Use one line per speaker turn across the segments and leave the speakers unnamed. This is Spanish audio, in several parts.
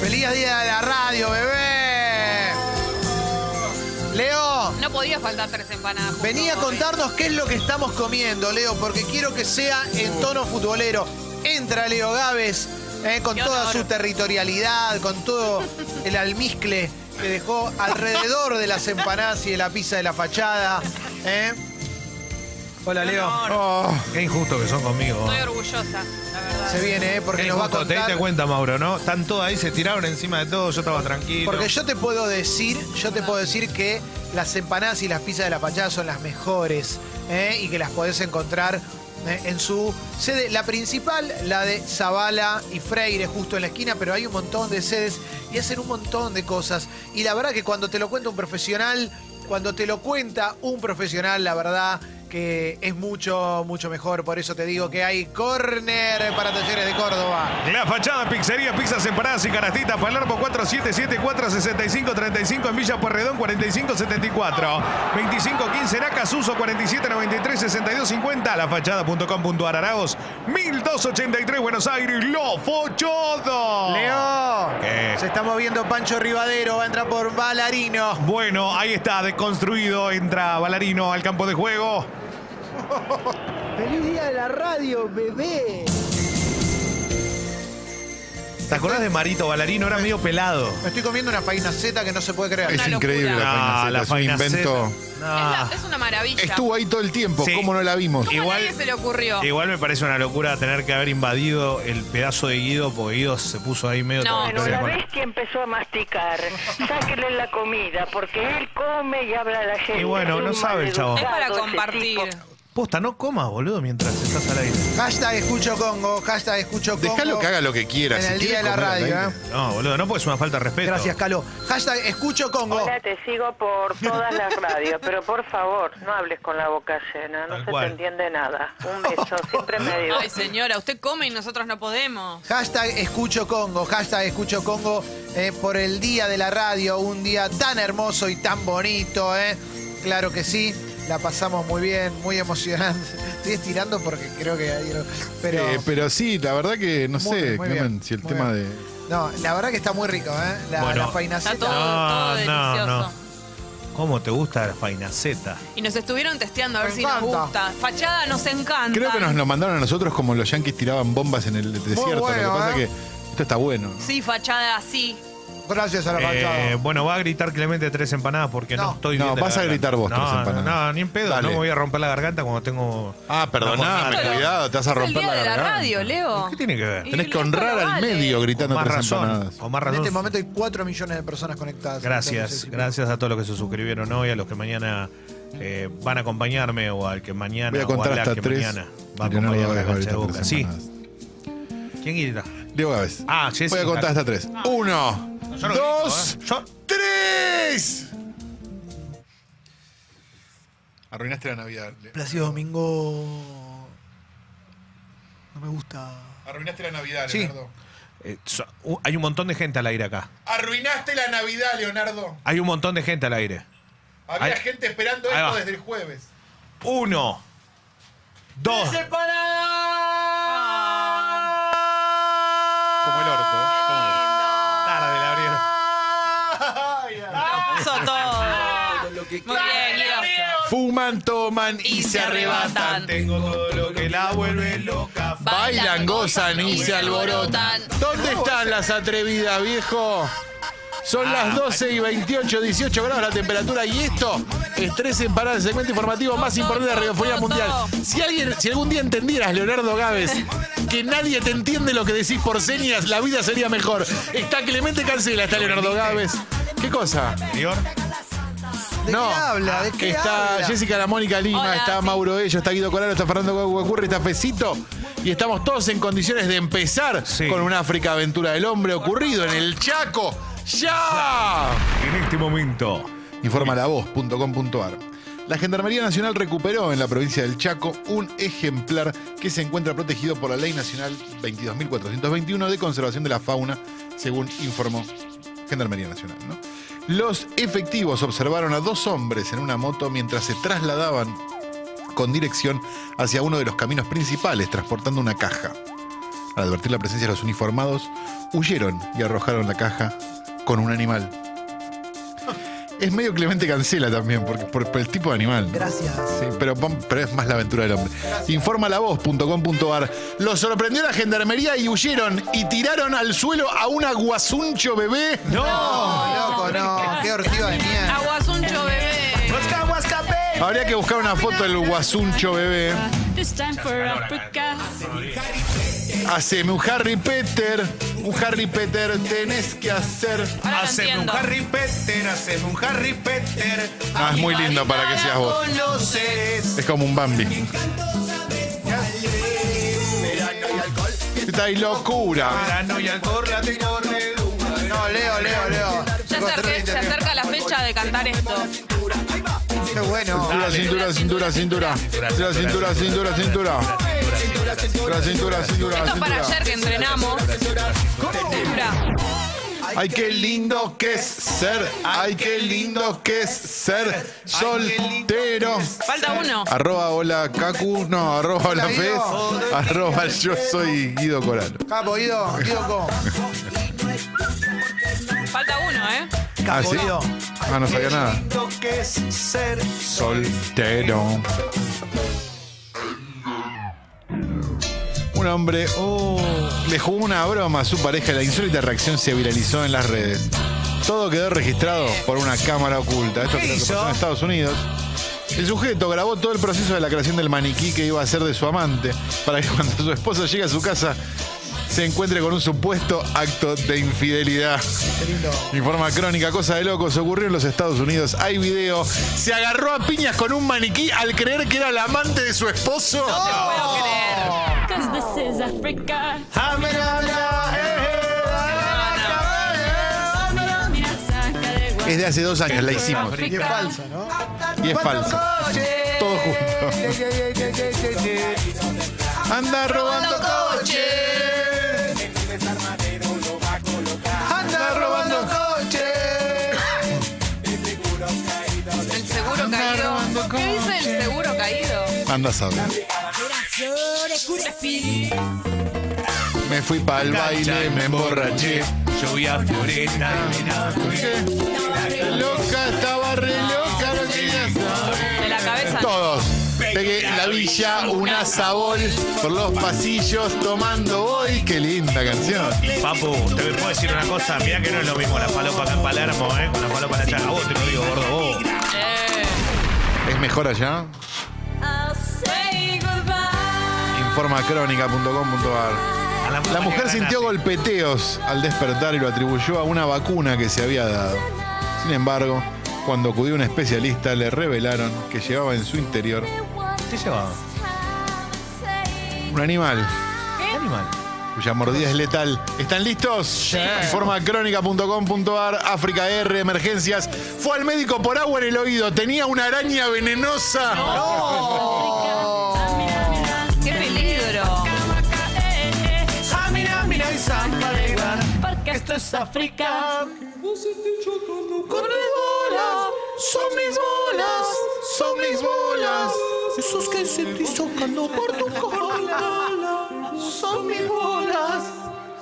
Feliz día de la radio, bebé. Leo,
No podía faltar tres empanadas. junto,
venía a
Jorge.
contarnos qué es lo que estamos comiendo, Leo, porque quiero que sea en tono futbolero. Entra Leo Gávez eh, con
Qué
toda
honor.
su territorialidad, con todo el almizcle que dejó alrededor de las empanadas y de la pizza de la fachada. ¿eh? Hola, Leo.
Oh, qué injusto que son conmigo.
Estoy orgullosa, la verdad.
Se viene, ¿eh? porque
Qué
nos va a
injusto, te
contar.
diste cuenta, Mauro, ¿no? Están todos ahí, se tiraron encima de todo, yo estaba tranquilo.
Porque yo te puedo decir, yo te puedo decir que las empanadas y las pizzas de la fachada son las mejores ¿eh? y que las podés encontrar ¿eh? en su sede. La principal, la de Zavala y Freire, justo en la esquina, pero hay un montón de sedes y hacen un montón de cosas. Y la verdad que cuando te lo cuenta un profesional, cuando te lo cuenta un profesional, la verdad que es mucho, mucho mejor. Por eso te digo que hay corner para talleres de Córdoba.
La fachada, pizzería, pizzas empanadas y canastitas. Palermo 4774-6535 en Villa Porredón 4574. 2515 Nacas, Suso 4793-6250. Lafachada.com.ar Araos 1283 Buenos Aires. Lo Fochodo.
Leo,
¿Qué?
se está moviendo Pancho Rivadero, va a entrar por Balarino.
Bueno, ahí está, desconstruido. Entra Valarino al campo de juego.
Feliz día de la radio, bebé.
¿Te acordás de Marito Valarino? Era medio pelado.
Me estoy comiendo una faina Z que no se puede creer.
Es
Una
increíble
locura.
Ah,
la
faina
faina Z, es un invento.
Z.
Es,
Ah.
la- es una maravilla.
Estuvo ahí todo el tiempo,
Sí.
¿cómo no la vimos?
¿Cómo
Igual-
a nadie se le ocurrió?
Igual me parece una locura tener que haber invadido el pedazo de Guido porque Guido se puso ahí medio
No,
todo-
Bueno,
Sí,
la
bueno.
bestia empezó a masticar. Sáquenle la comida, porque él come y habla a la gente.
Y bueno, no
Es un
sabe el chabón.
es para
maleducado ese
compartir.
tipo.
Posta, no comas, boludo, mientras estás al aire.
Hashtag escucho Congo, hashtag escucho Congo.
Déjalo que haga lo que quiera.
En
si
el
quiere
día de la
comer al
radio,
aire.
¿eh?
No, boludo, no puedes una falta de respeto.
Gracias, Calo. Hashtag escucho
Oh.
Congo.
Hola, te sigo por todas las radios, pero por favor, no hables con la boca llena, no
Tal
se
cual.
te entiende nada. Un beso, siempre me digo.
Ay, señora, usted come y nosotros no podemos.
Hashtag escucho Congo, hashtag escucho Congo eh, por el día de la radio, un día tan hermoso y tan bonito, ¿eh? Claro que sí, la pasamos muy bien, muy emocionante. Estoy estirando porque creo que... hay- Pero...
Eh, pero sí, la verdad que no
Muy
sé,
bien, muy
Clemen,
bien,
si el
muy
tema
bien.
de.
No, la verdad que está muy rico, ¿eh? La,
Bueno,
la faina
Está
Z.
todo, todo delicioso.
¿Cómo te gusta la fainaceta?
Y nos estuvieron testeando a ver
Me
si nos
encanta.
gusta. Fachada nos encanta.
Creo que nos lo mandaron a nosotros como los yanquis tiraban bombas en el desierto. lo
bueno,
que pasa
¿eh?
es que esto está bueno. ¿no?
Sí, fachada, sí.
Gracias a la fachada.
Eh,
Eh,
bueno, va a gritar Clemente tres empanadas porque no,
No.
estoy
No,
bien de la
vas a
garganta.
gritar vos
no,
tres
no,
empanadas.
No, ni en pedo,
Dale.
no me voy a romper la garganta cuando tengo.
Ah, perdoname,
Pero-
cuidado, te vas a
Es el
romper
día
la
de la
garganta.
radio, Leo.
¿Qué tiene que ver?
Y
Tenés que
esto
honrar
lo
al
vale.
medio gritando
Con más
tres
razón.
empanadas.
Con más
En
razón.
este momento hay 4 millones de personas conectadas.
Gracias,
Entonces,
gracias a todos los que se suscribieron hoy, a los que mañana eh, van a acompañarme o al que mañana
Voy a
o
contar
a la
hasta
que
tres.
mañana va a
Leonardo
acompañar la
Gávez va a
cancha de
gritar
Boca.
tres
Sí.
empanadas.
¿Quién grita?
Diego Gávez.
Ah, Jessica.
Voy a contar hasta tres. Uno,
Yo no
dos,
grito, ¿eh?
tres. Arruinaste la Navidad. Leo.
Plácido Domingo. No me gusta.
Arruinaste la Navidad,
Sí.
Leonardo.
Eh, so- uh, hay un montón de gente al aire acá.
Arruinaste la Navidad, Leonardo.
Hay un montón de gente al aire.
Había
Ahí-
gente esperando
ahí
esto
va.
desde el jueves.
Uno, dos.
Como el orto.
Tarde la abrieron.
Eso todo. Muy bien, Guido.
Fuman, toman y, se arrebatan.
Tengo todo lo que la vuelve loca.
Bailan, gozan y se alborotan. ¿Dónde están las atrevidas, viejo? Son las 12 y 28, 18 grados la temperatura y esto es 13 en parada, el segmento informativo más importante de la radiofonía mundial. Si alguien, si algún día entendieras, Leonardo Gávez, que nadie te entiende lo que decís por señas, la vida sería mejor. Está Clemente Cancela, está Leonardo Gávez. ¿Qué cosa?
Exterior.
¿De
no.
qué habla? ¿De qué
está
habla?
Jessica La Mónica Lima,
Hola,
está
sí.
Mauro Ello, está Guido Coralo, está Fernando Guacurri, está Fecito. Y estamos todos en condiciones de empezar
Sí.
con una África Aventura del Hombre ocurrido en el Chaco. ¡Ya!
En este momento.
Informa la voz.com.ar. La Gendarmería Nacional recuperó en la provincia del Chaco un ejemplar que se encuentra protegido por la Ley Nacional 22.421 de conservación de la fauna, según informó Gendarmería Nacional. ¿no? Los efectivos observaron a dos hombres en una moto mientras se trasladaban con dirección hacia uno de los caminos principales, transportando una caja. Al advertir la presencia de los uniformados, huyeron y arrojaron la caja con un animal. Es medio Clemente Cancela también, porque, por, por el tipo de animal. ¿no?
Gracias.
Sí, pero, pon- pero es más la aventura del hombre. Informalavoz.com.ar. Los sorprendió la gendarmería y huyeron y tiraron al suelo a un aguasuncho bebé.
No, loco, no. Qué ortiva de mierda.
Aguasuncho bebé.
Habría que buscar una foto del guasuncho bebé.
This time for Africa.
Haceme un Harry Peter. Un Harry Peter tenés que hacer.
Ahora lo
Haceme un
entiendo.
Harry Potter, haceme un Harry Potter.
Ah, es muy lindo para que seas vos.
Con los seres.
Es como un Bambi. Está ahí locura.
Paranoia, alcohol, latino, reduja.
No, Leo, Leo, Leo.
Ya se, acerque- se acerca la fecha de cantar esto.
Qué bueno.
Cintura, cintura, cintura, cintura. Cintura, cintura, cintura, cintura. Cintura, cintura, cintura,
Esto es para
cintura.
ayer que entrenamos. Cintura.
Ay, qué lindo que es ser. Ay, qué lindo que es ser soltero.
Falta uno.
Arroba hola Cacu, no, arroba hola
Guido.
Fez, arroba yo soy Guido Coral.
Capo, Guido, Guido Co.
Falta uno, ¿eh?
Ah, ¿sí?
Guido.
Ah, no sabía nada. Soltero. Un hombre oh, le jugó una broma a su pareja y la insólita reacción se viralizó en las redes. Todo quedó registrado por una cámara oculta. Esto creo que pasó en Estados Unidos. El sujeto grabó todo el proceso de la creación del maniquí que iba a ser de su amante para que cuando su esposa llegue a su casa se encuentre con un supuesto acto de infidelidad.
Qué lindo.
Informa Crónica, cosa de locos, ocurrió en los Estados Unidos, hay video, se agarró a piñas con un maniquí al creer que era el amante de su esposo. Oh.
Puedo creer.
Cause this is Africa.
Ah, eh,
¿eh?
Es de hace dos años, la hicimos.
Y es falsa, ¿no?
Y es falso. Todo junto. Anda robando coche. Anda robando coche.
El seguro caído. ¿Qué dice el seguro caído?
Anda a saber. Me fui para el baile, me emborraché.
Llovía Fioreta,
Loca, estaba re loca, no quería saber.
De la cabeza.
Todos. Pegué la villa, una sabor, por los pasillos tomando hoy. Qué linda canción.
Papu, te puedo decir una cosa, mirá que no es lo mismo la palopa acá en Palermo, eh, con la palopa allá. A vos te lo digo, gordo, vos.
Eh.
¿Es mejor allá?
I'll say goodbye.
Informacrónica.com.ar
A
La mujer
que
sintió
ganaste.
golpeteos al despertar y lo atribuyó a una vacuna que se había dado. Sin embargo, cuando acudió un especialista, le revelaron que llevaba en su interior
¿Qué llevaba?
un animal
¿Qué animal?
cuya mordida es letal. ¿Están listos? Informacrónica.com.ar, África R, emergencias. Fue al médico por agua en el oído, tenía una araña venenosa.
¡Qué peligro!
Porque esto es África.
Son mis bolas, son mis bolas.
Esos que se te socando por tu cola. Son mis bolas.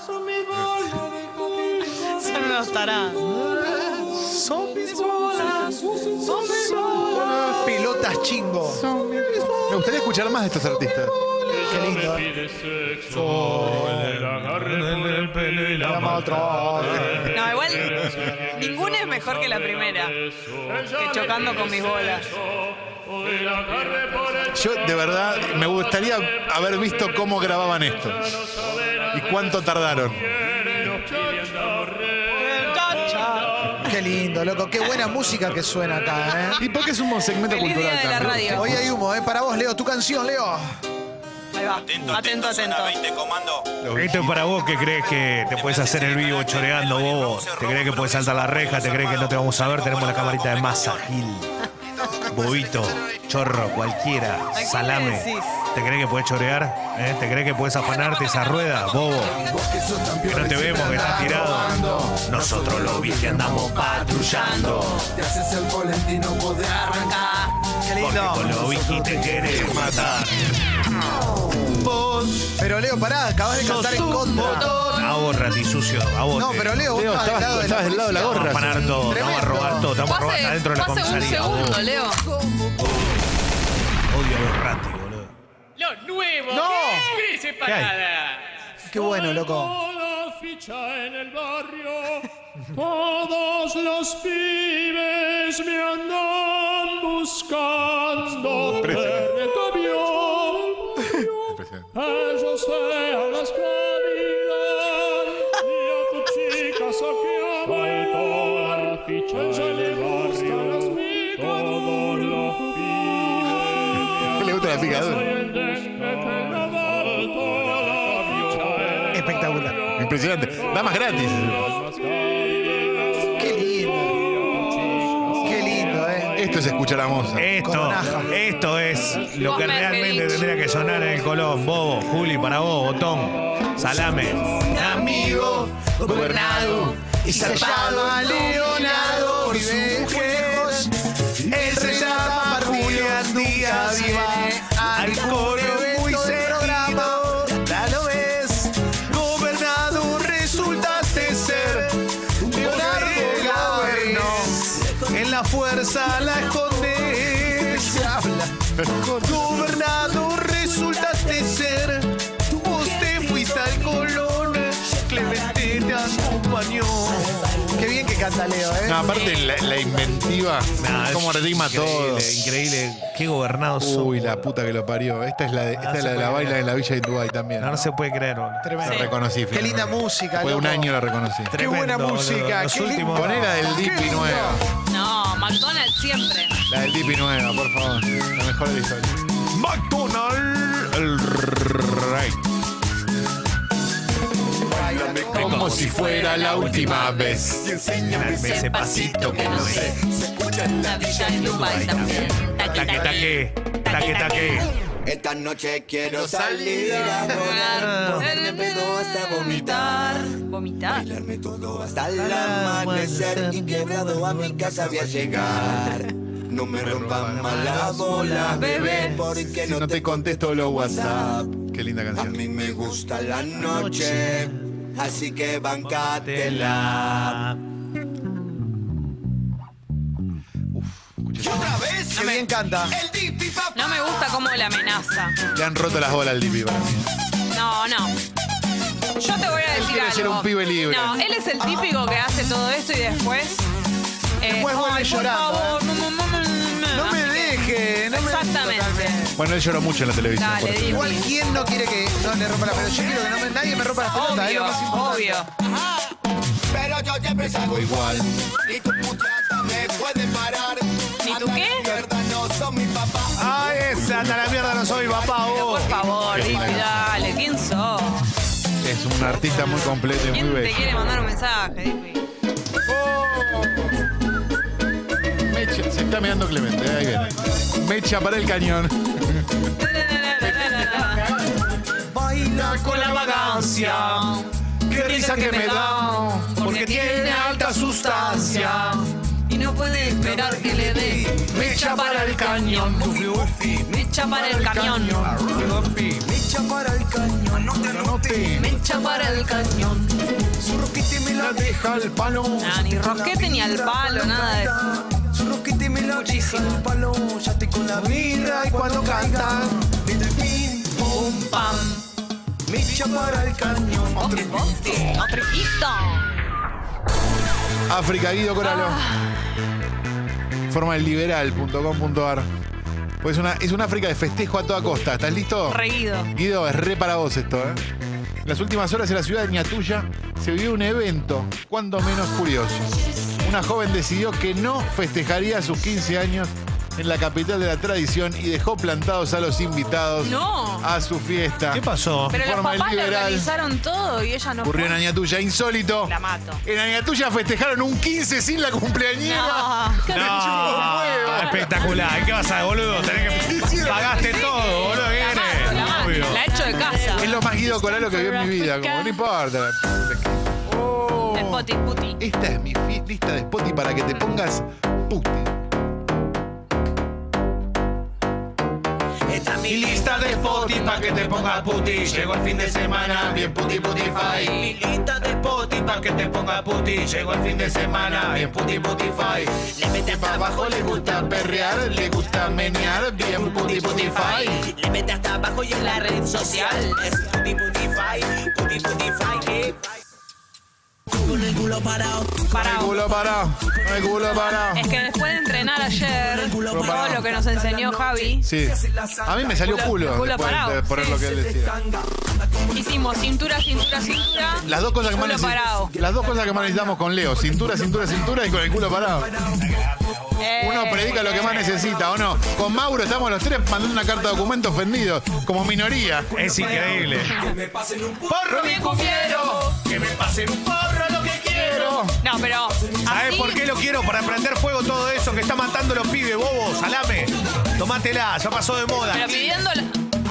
Son mis bolas de cola.
Son unos tarados.
Son mis bolas. Son mis bolas.
Pelotas chingo.
Me gustaría escuchar más de estos artistas.
Qué lindo. ¿eh?
No, igual ninguna es mejor que la primera. Que chocando con mis bolas.
Yo de verdad me gustaría haber visto cómo grababan esto. Y cuánto tardaron.
Qué lindo, loco. Qué buena música que suena acá, ¿eh?
¿Y por qué es un segmento
Feliz
cultural
día de la
también?
radio.
Hoy hay humo, ¿eh? Para vos, Leo. Tu canción, Leo.
Ahí va. Atento, atento.
Esto es para vos que crees que te puedes hacer el vivo choreando, bobo. Te crees que puedes saltar la reja, te crees que no te vamos a ver. Tenemos la camarita de masa, Gil. Bobito, chorro, cualquiera,
qué le
salame.
decís?
¿Te crees que puedes chorear? ¿Eh? ¿Te crees que puedes afanarte esa rueda, bobo? Que no te vemos, que estás tirado. Nosotros los vi que andamos patrullando. Te haces el volentino poder arrancar. Porque con los vi que te querés matar.
Vos
Pero Leo, pará, acabas de cantar en contra.
A vos, ratisucio, a vos.
No,
te-
pero Leo, vos
Leo,
estabas
estabas,
del lado de la
estabas del lado de
policía.
Vamos
la
a
gorra.
afanar
sí.
todo, vamos a
Tremendo.
robar todo, estamos a robar hasta adentro de la
pase un
comisaría.
segundo,
vos.
Leo.
Odio a los ratis, boludo.
Lo nuevo.
No.
Cris
¿Qué hay?
Qué bueno, loco.
Todo ficha en el barrio. Todos los pibes me andan buscando. Perreto vio. Ellos te a las Y a tu chica saqué a bailar. Ficha en el barrio. Todos los pibes.
¿Qué le gusta la picadura?
Espectacular.
Impresionante. Damas gratis.
Qué lindo. Qué lindo, eh.
Esto es escuchar a Moza.
Con
Esto,
naja.
esto es lo que
Vos,
realmente
Mergerich.
tendría que sonar en el Colón. Bobo, Juli, para vos, Botón, Salame.
amigo, gobernado y
Se llama Leonardo por sus juegos. Él se llama Julián Díaz. Viene al coro muy programa. Ya lo ves. Gobernador resultaste ser. Leonardo Gaberno. En la fuerza la escondes. Gobernador resultaste ser. Vos te fuiste al colón. Clemente te acompañó. Qué bien que canta Leo, ¿eh?
No, aparte la, la inventiva,
Nah,
cómo
es
rima
increíble,
todo.
Increíble, qué gobernados son.
Uy, la puta que lo parió. Esta es la de, esta
no
es
Ah, se
la, de la
puede
baila
creer.
en la villa de Dubái también.
No, no se puede creer, boludo.
Tremendo.
La reconocí.
Qué linda
finalmente.
música,
Fue un
loco.
año la reconocí.
Qué buena
Tremendo,
música,
boludo. Los
qué lindo.
últimos.
Poné la del
Ah, Qué
Dipi
lindo.
nueva.
No, McDonald's siempre.
La del Dipi nueva, por favor. La mejor de la historia.
McDonald's, el rey.
Como si fuera la última vez.
Enseñame ese pasito que no sé.
La villa en Dubai también. Taque,
Taque, taque, taque, taque.
Esta noche quiero salir a
Ah.
volar, ponerme pedo hasta vomitar,
Vomitar.
darme todo hasta el amanecer y quebrado a mi casa voy a llegar. No me rompan más la bola, bebé, porque
Si no te contesto los WhatsApp. Qué linda
A
canción.
mí me gusta la noche, así que bancátela.
Qué bien canta.
No me gusta cómo la amenaza.
Le han roto las bolas al Dipi para mí.
No, no. Yo te voy a decir
quiere
algo.
ser un pibe libre.
No, él es el típico que hace todo esto y después. eh,
Después vuelve
ay, por
llorando, ¿eh?
favor, mm, mm, mm, mm,
No me
así que-
deje, no me
Exactamente.
Bueno, él lloró mucho en la televisión.
Dale,
por eso.
Dipi.
Igual, ¿quién no quiere que no le rompa la pelota? Yo quiero que no me- nadie me rompa la pelota, es lo más
Obvio,
importante.
obvio.
Pero yo siempre salgo igual, y tu puchata me puede parar.
¿Ni tu
Anda,
qué?
mierda, no son mi papá.
Ay, esa, anda la mierda, no soy papá, oh. vos.
Por favor,
Qué
Dipi,
bueno.
dale. ¿Quién sos?
Es un artista muy completo y muy
¿Quién te
bello.
quiere mandar un mensaje, Dipi?
Mecha, se está mirando Clemente, ahí viene. Mecha para el cañón.
Baila con la vagancia. Qué risa que me da. Porque tiene alta sustancia.
Y no puede esperar que le dé.
Me echa para el cañón.
Me echa para el camión.
Me echa para el cañón, no te note.
Me echa para el cañón.
Su roquete me la deja al palo.
Ah, ni rosquete ni al palo, nada de eso.
Su roquete me la deja al palo. Ya estoy con la birra y cuando canta. Le doy pin, pum,
Pam.
me echa para el cañón.
Otro poste, otro hito.
África, Guido Coralo. Formaliberal.com.ar. Pues una, es una África de festejo a toda costa. ¿Estás listo?
Reído.
Guido, es re para vos esto, ¿eh? En las últimas horas en la ciudad de Ñatuya se vivió un evento, cuando menos curioso. Una joven decidió que no festejaría sus 15 años en la capital de la tradición y dejó plantados a los invitados
No.
a su fiesta.
¿Qué pasó?
Pero los
Forma
papás le
liberal.
organizaron todo y ella no.
Ocurrió en
fue.
Añatuya, insólito.
La mato.
En Añatuya festejaron un 15 sin la
Ah.
cumpleañera.
No.
Me chupa un huevo.
No, espectacular. ¿Qué vas a, boludo? Tenés que. Pagaste todo, boludo.
La
¿Qué
mato, la mato.
querés?
La echo de casa.
Es lo más Guido Coralo que vi en mi vida. Como, no importa. Oh.
El poti puti.
Esta es mi fi- lista de Spotify para que te pongas puti.
Esta es mi
Y lista de Spotify pa' que te ponga puti. Llegó el fin de semana, bien puti putify. Mi lista de Spotify pa' que te ponga puti. Llegó el fin de semana, bien puti putify. Le
Este
mete hasta abajo, le gusta perrear, le gusta menear, bien puti putify. Le mete hasta abajo y en la red social es puti putify, puti putify. eh.
Con el culo parado. Con el culo parado. Con el culo parado.
Es que después de entrenar ayer, todo
parado.
lo que nos enseñó Javi,
Sí. A mí me salió culo.
Culo
después
parado.
de poner lo que él decía.
hicimos cintura, cintura, cintura.
Las dos cosas que más
culo
necesi-
parado.
las dos cosas que más necesitamos con Leo, cintura, cintura, cintura y con el culo parado.
Eh.
Uno predica lo que más necesita, ¿o no? Con Mauro estamos los tres mandando una carta de documento ofendidos, como minoría.
Es increíble.
Pues Que me pasen un porro bien cufiero. Que me pasen un porro lo que quiero.
No, pero.
¿Sabes por qué lo quiero? Para prender fuego todo eso que está matando los pibes, bobo, salame. Tomátela, ya pasó de moda.
Pero pidiéndolo.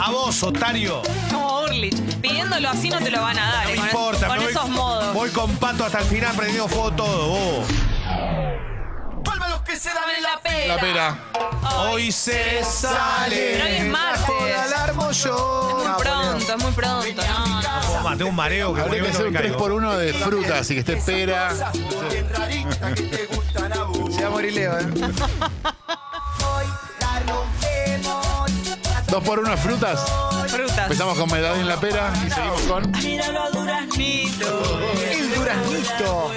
A vos, otario.
Como Urlich. Pidiéndolo así no te lo van a dar. eh,
No
con,
importa,
con
me voy-
esos modos.
Voy con pato hasta el final prendiendo fuego todo, bobo.
Palma los que se dan en la pera.
La pera. Hoy se sale.
Pero hoy es martes.
Joda, alarmo yo. Ah,
Muy pronto, es muy pronto. No, no.
Toma, tengo un mareo que
Habría
por
que
ahí
hacer
no
un
me
3
caigo.
por 1 de fruta, así que esté pera.
Se va a morir Leo, ¿eh?
2 por 1 de frutas.
Frutas.
Empezamos con medallín en la pera y seguimos con.
Míralo a Duraznito.
El duraznito.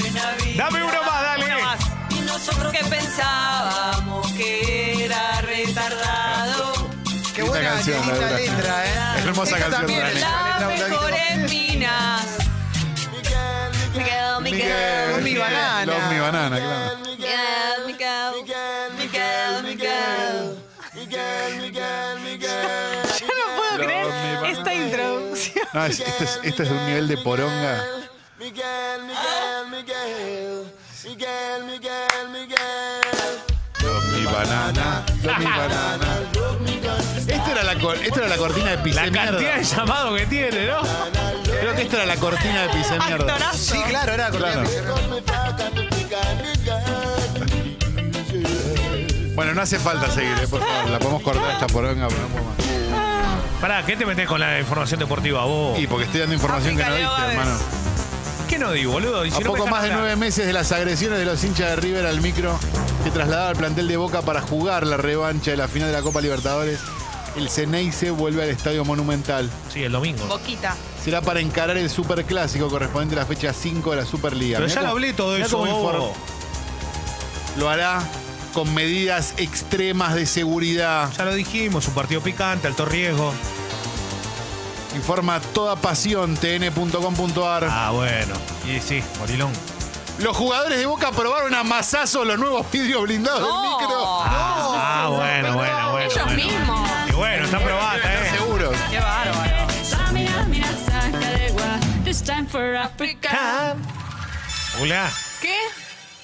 Dame uno más, dale.
Uno más.
Y nosotros que pensábamos que era retardado.
Qué
Linda
buena
canción, la
linda
verdad.
letra, ¿eh?
Hermosa
Esta
canción,
también
la
es
Las
una letra
mejores minas. Miguel, Miguel,
Con mi banana.
Love mi banana, claro.
Miguel, Miguel, Miguel, Miguel. Yo no puedo creer esta introducción.
No, es- este, es, este es de un nivel de poronga. Love mi banana, love mi banana. Esta era la, cor- esta era la cortina de
La
pisemierda.
cantidad de llamados que tiene, ¿no?
Creo que esta era la cortina de pisemierda.
Actorazo.
Sí, claro, era
Claro. Bueno, no hace falta seguir, eh, por favor. La podemos cortar esta poronga, pero no puedo más.
Pará, ¿qué te metes con la información deportiva, vos?
Y porque estoy dando información que no
África,
diste,
Leo
hermano.
¿Qué no di, boludo? Y si
A
no me
poco
están
más de
hablando.
nueve meses de las agresiones de los hinchas de River al micro que trasladaba al plantel de Boca para jugar la revancha de la final de la Copa Libertadores, el Ceneice vuelve al Estadio Monumental.
Sí, el domingo.
Boquita.
Será para encarar el Superclásico correspondiente a la fecha 5 de la Superliga.
Pero
Mirá
ya lo
cómo-
hablé todo
mirá
eso,
cómo
bobo.
inform- Lo hará con medidas extremas de seguridad.
Ya lo dijimos, un partido picante, alto riesgo.
Informa toda pasión tn.com.ar.
Ah, bueno. Y sí, morilón.
Los jugadores de Boca probaron a masazos los nuevos vidrios blindados
No.
del micro.
Ah, bueno, bueno, bueno.
Ellos
bueno.
mismos.
Y bueno, está probada,
Están
¿eh?
seguros.
Qué bárbaro.
Mira, mira, saca de gua. This time for Africa.
Ah. Hola.
¿Qué?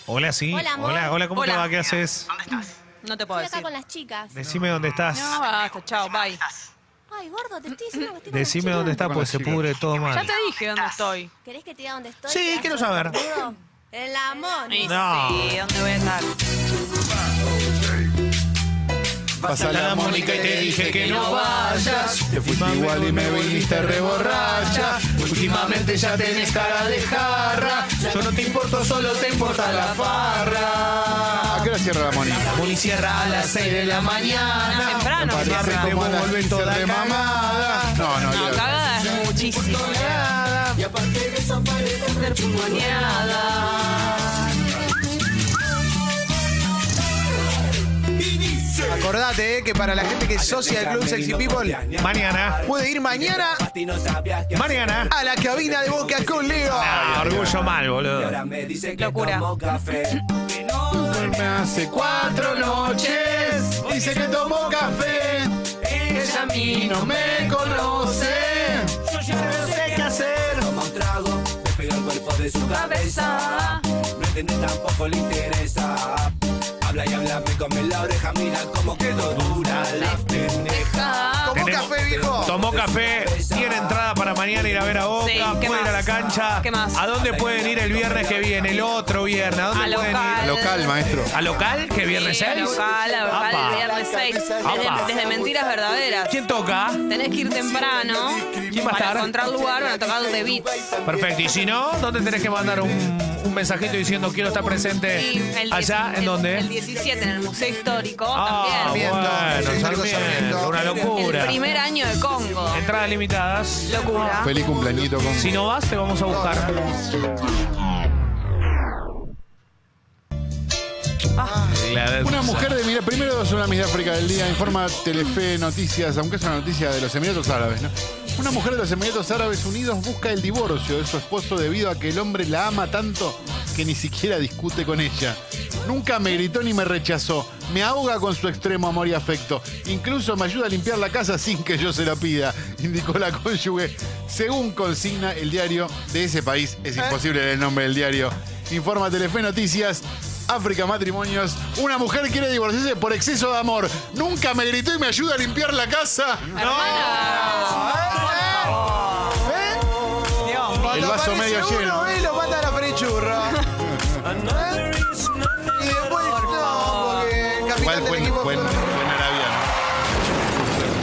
Hola, sí.
Hola, amor.
Hola, hola, ¿cómo te
Hola.
va? ¿Qué haces?
No te puedo
Estoy acá
decir.
con las chicas.
Decime dónde estás.
No, basta, chao, bye.
Ay, gordo, te estoy diciendo que estoy con las
Decime
chicas.
dónde estás,
Con
porque
las
se
chicas.
pudre todo
Ya
mal.
te dije dónde estoy.
¿Querés que te diga dónde estoy?
Sí,
pedazo
quiero
de
saber.
boludo? En la amor.
Y
No.
Sí, ¿dónde voy a estar?
Pasa la Mónica y te dije que no vayas. Te fuiste igual y me viniste reborracha.
Últimamente ya tenés cara de jarra. Yo no te importo, solo te importa la farra.
¿A qué hora cierra la Mónica?
Muni cierra a las 6 de la mañana.
Temprano.
Parece
cierra.
como a las 15 de mamada. No, no,
No,
Leo.
cagada es muchísimo.
Y aparte de esa pared, ser pulmoneada.
Acordate eh, que para la gente que es socia del Club Sexy People
Mañana.
puede ir mañana
Mañana.
a la cabina de Boca con Leo.
Ah, orgullo mal, boludo.
Locura.
Duerme hace cuatro noches. Dice que tomó café. Ella a mí no me conoce.
Yo ya no sé qué hacer. Toma un trago, despega el cuerpo de su cabeza. No entendí tampoco le interesa.
Habla y habla, me come la oreja, mira cómo quedó dura la pendeja.
Tomó
Tenemos-
café, viejo.
Tomó café, tiene entrada para mañana ir a ver a Boca,
Sí, ¿qué
puede ir a la
más?
cancha.
¿Qué más?
¿A dónde pueden ir el viernes que viene? El otro viernes. ¿A dónde
A
pueden
local.
ir?
A local,
maestro.
¿A local? ¿Que viernes
Sí, a
6?
local, a local, el viernes 6.
Apa.
Desde, desde Mentiras Verdaderas.
¿Quién toca?
Tenés que ir temprano
va a
para
estar?
encontrar lugar, van a tocar The Beats.
Perfecto. Y si no, ¿dónde tenés que mandar un, un mensajito diciendo quiero estar
Eh,
presente
Y el
allá?
10
¿En
el-
dónde?
El 17, en el Museo Histórico
ah,
también.
bueno,
Sarmiento,
Sarmiento, una
El
locura.
primer año de Congo.
Entradas limitadas.
Locura.
Feliz cumpleañito con.
Si no vas, te vamos a buscar.
Ah.
La-
Una mujer de mira, primero es una mis de África del día, informa Telefe Noticias, aunque es una noticia de los Emiratos Árabes, ¿no? Una mujer de los Emiratos Árabes Unidos busca el divorcio de su esposo debido a que el hombre la ama tanto que ni siquiera discute con ella. Nunca me gritó ni me rechazó. Me ahoga con su extremo amor y afecto. Incluso me ayuda a limpiar la casa sin que yo se lo pida, indicó la cónyuge. Según consigna el diario de ese país, es imposible leer el nombre del diario. Informa Telefe Noticias. África Matrimonios, una mujer quiere divorciarse por exceso de amor. Nunca me gritó y me ayuda a limpiar la casa.
¿eh?
Dios,
El vaso medio lleno.
Y lo manda a la prechurra. ¿Eh? Y después, no, porque el
Igual
capitán del
fue,
equipo.
fue en, fue en Arabia.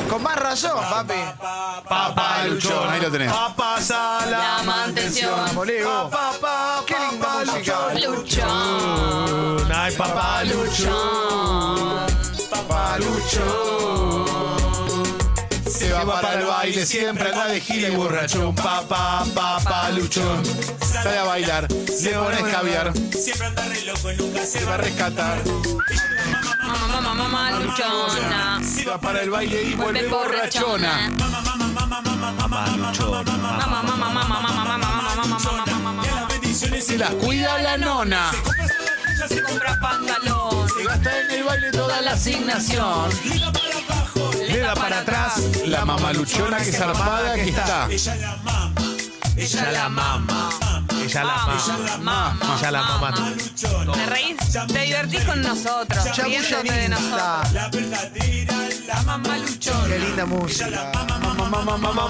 Con más razón, papi.
Papá
Luchón, ahí lo tenés.
Papá Sala.
la mantención.
Bolego.
Papá,
Qué linda música.
Luchón.
Ay, papá
Luchón.
¿no? Se va para el baile, siempre anda de gira y borrachón. Papá, papá, luchón. Sale a bailar, se pone a escabiar. Siempre anda re loco, nunca se va a rescatar.
Mamá, mamá, mamá, luchona.
Se va para el baile y vuelve borrachona.
Mamá, mamá, mamá, mamá, mamá, mamá, mamá, mamá, mamá, mamá.
Se las cuida la nona.
Se compra pantalón.
Se gasta en el baile toda la asignación.
Le da para atrás.
La mamaluchona que zarpada que está.
Ella la mama. Ella la mama.
Mamá,
Ella la mama.
Te reís, te divertís con nosotros, riéndote de
Chamullanista.
nosotros. La mamá luchona.
Qué linda música.
¡Oh!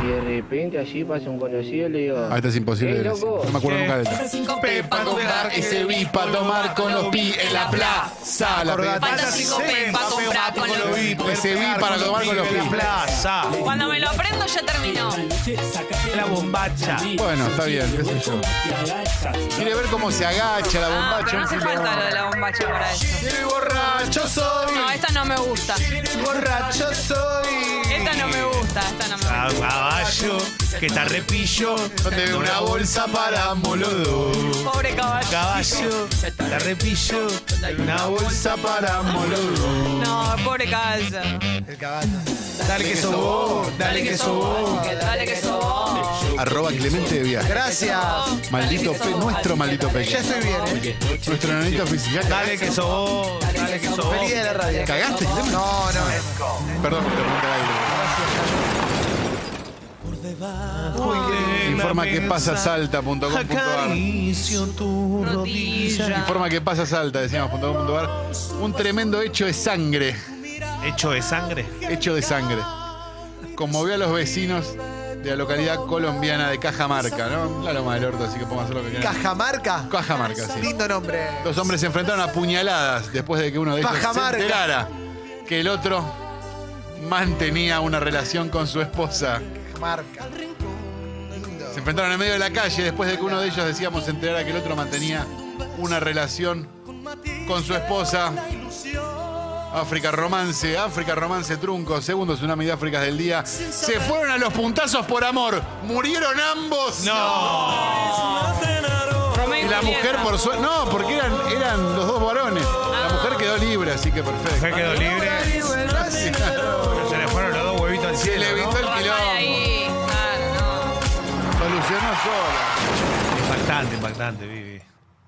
Y de repente allí pasa un conocido y le digo.
Ah, esta es imposible.
"Ey,
de decir.
loco,
No me acuerdo nunca de esta.
Cinco
Pepa,
pepas,
tocar
Ese bis para tomar con los pi en la plaza. La
Acordate.
pe-
Falta cinco pepas, comprar con los
Ese bis para tomar con los pi.
la plaza.
Cuando me lo aprendo ya terminó. Ah,
La bombacha.
Bueno, está bien, qué sé yo. Quiere ver cómo se agacha la
Ah, pero
bombacha.
no hace falta lo de la bombacha para eso.
Soy borracho soy.
No, esta no me gusta.
Borracho soy.
Esta no me gusta, esta no me gusta.
A caballo, que está repillo.
Donde veo una bolsa para molodo.
Pobre caballo.
Caballo, está repillo.
Una bolsa para molodo.
No, pobre caballo.
El caballo.
Dale que sobó, dale que sobó.
Dale que sos.
Arroba Clemente de Viaje.
Gracias.
Maldito pe, nuestro maldito
Ya
peque.
estoy bien, ¿eh?
Nuestro nanito oficial.
Dale que sobó, dale que sobó.
Feliz día de la radio.
¿Cagaste, Clemente?
No, no.
Perdón, te pregunté al aire. Informa que pasa salta.com.ar.
Acaricio tu
Rodilla.
Informa que pasa salta, decíamos, punto com, punto ar. Un tremendo hecho de sangre.
Hecho de sangre.
Hecho de sangre. Conmovió a los vecinos de la localidad colombiana de Cajamarca, ¿no? La loma del orto, así que podemos hacer lo que quieran.
Cajamarca.
Cajamarca, sí.
Lindo nombre.
Los hombres se enfrentaron a puñaladas después de que uno de ellos se
Cajamarca.
enterara que el otro mantenía una relación con su esposa.
Cajamarca. Lindo.
Se enfrentaron en medio de la calle después de que uno de ellos decíamos se enterara que el otro mantenía una relación con su esposa. África Romance, África Romance Trunco, segundo tsunami de África del día. Se fueron a los puntazos por amor. Murieron ambos.
No.
Romeo
Y
y
la mujer
Julieta.
por suerte. No, porque eran, eran los dos varones. La mujer quedó libre, así que
Se
perfecto.
quedó libre. Se le fueron los dos huevitos al
Se
cielo.
le evitó
¿no?
el
Ramal
quilombo.
ahí. Claro,
Solucionó sola.
Impactante, impactante, Vivi.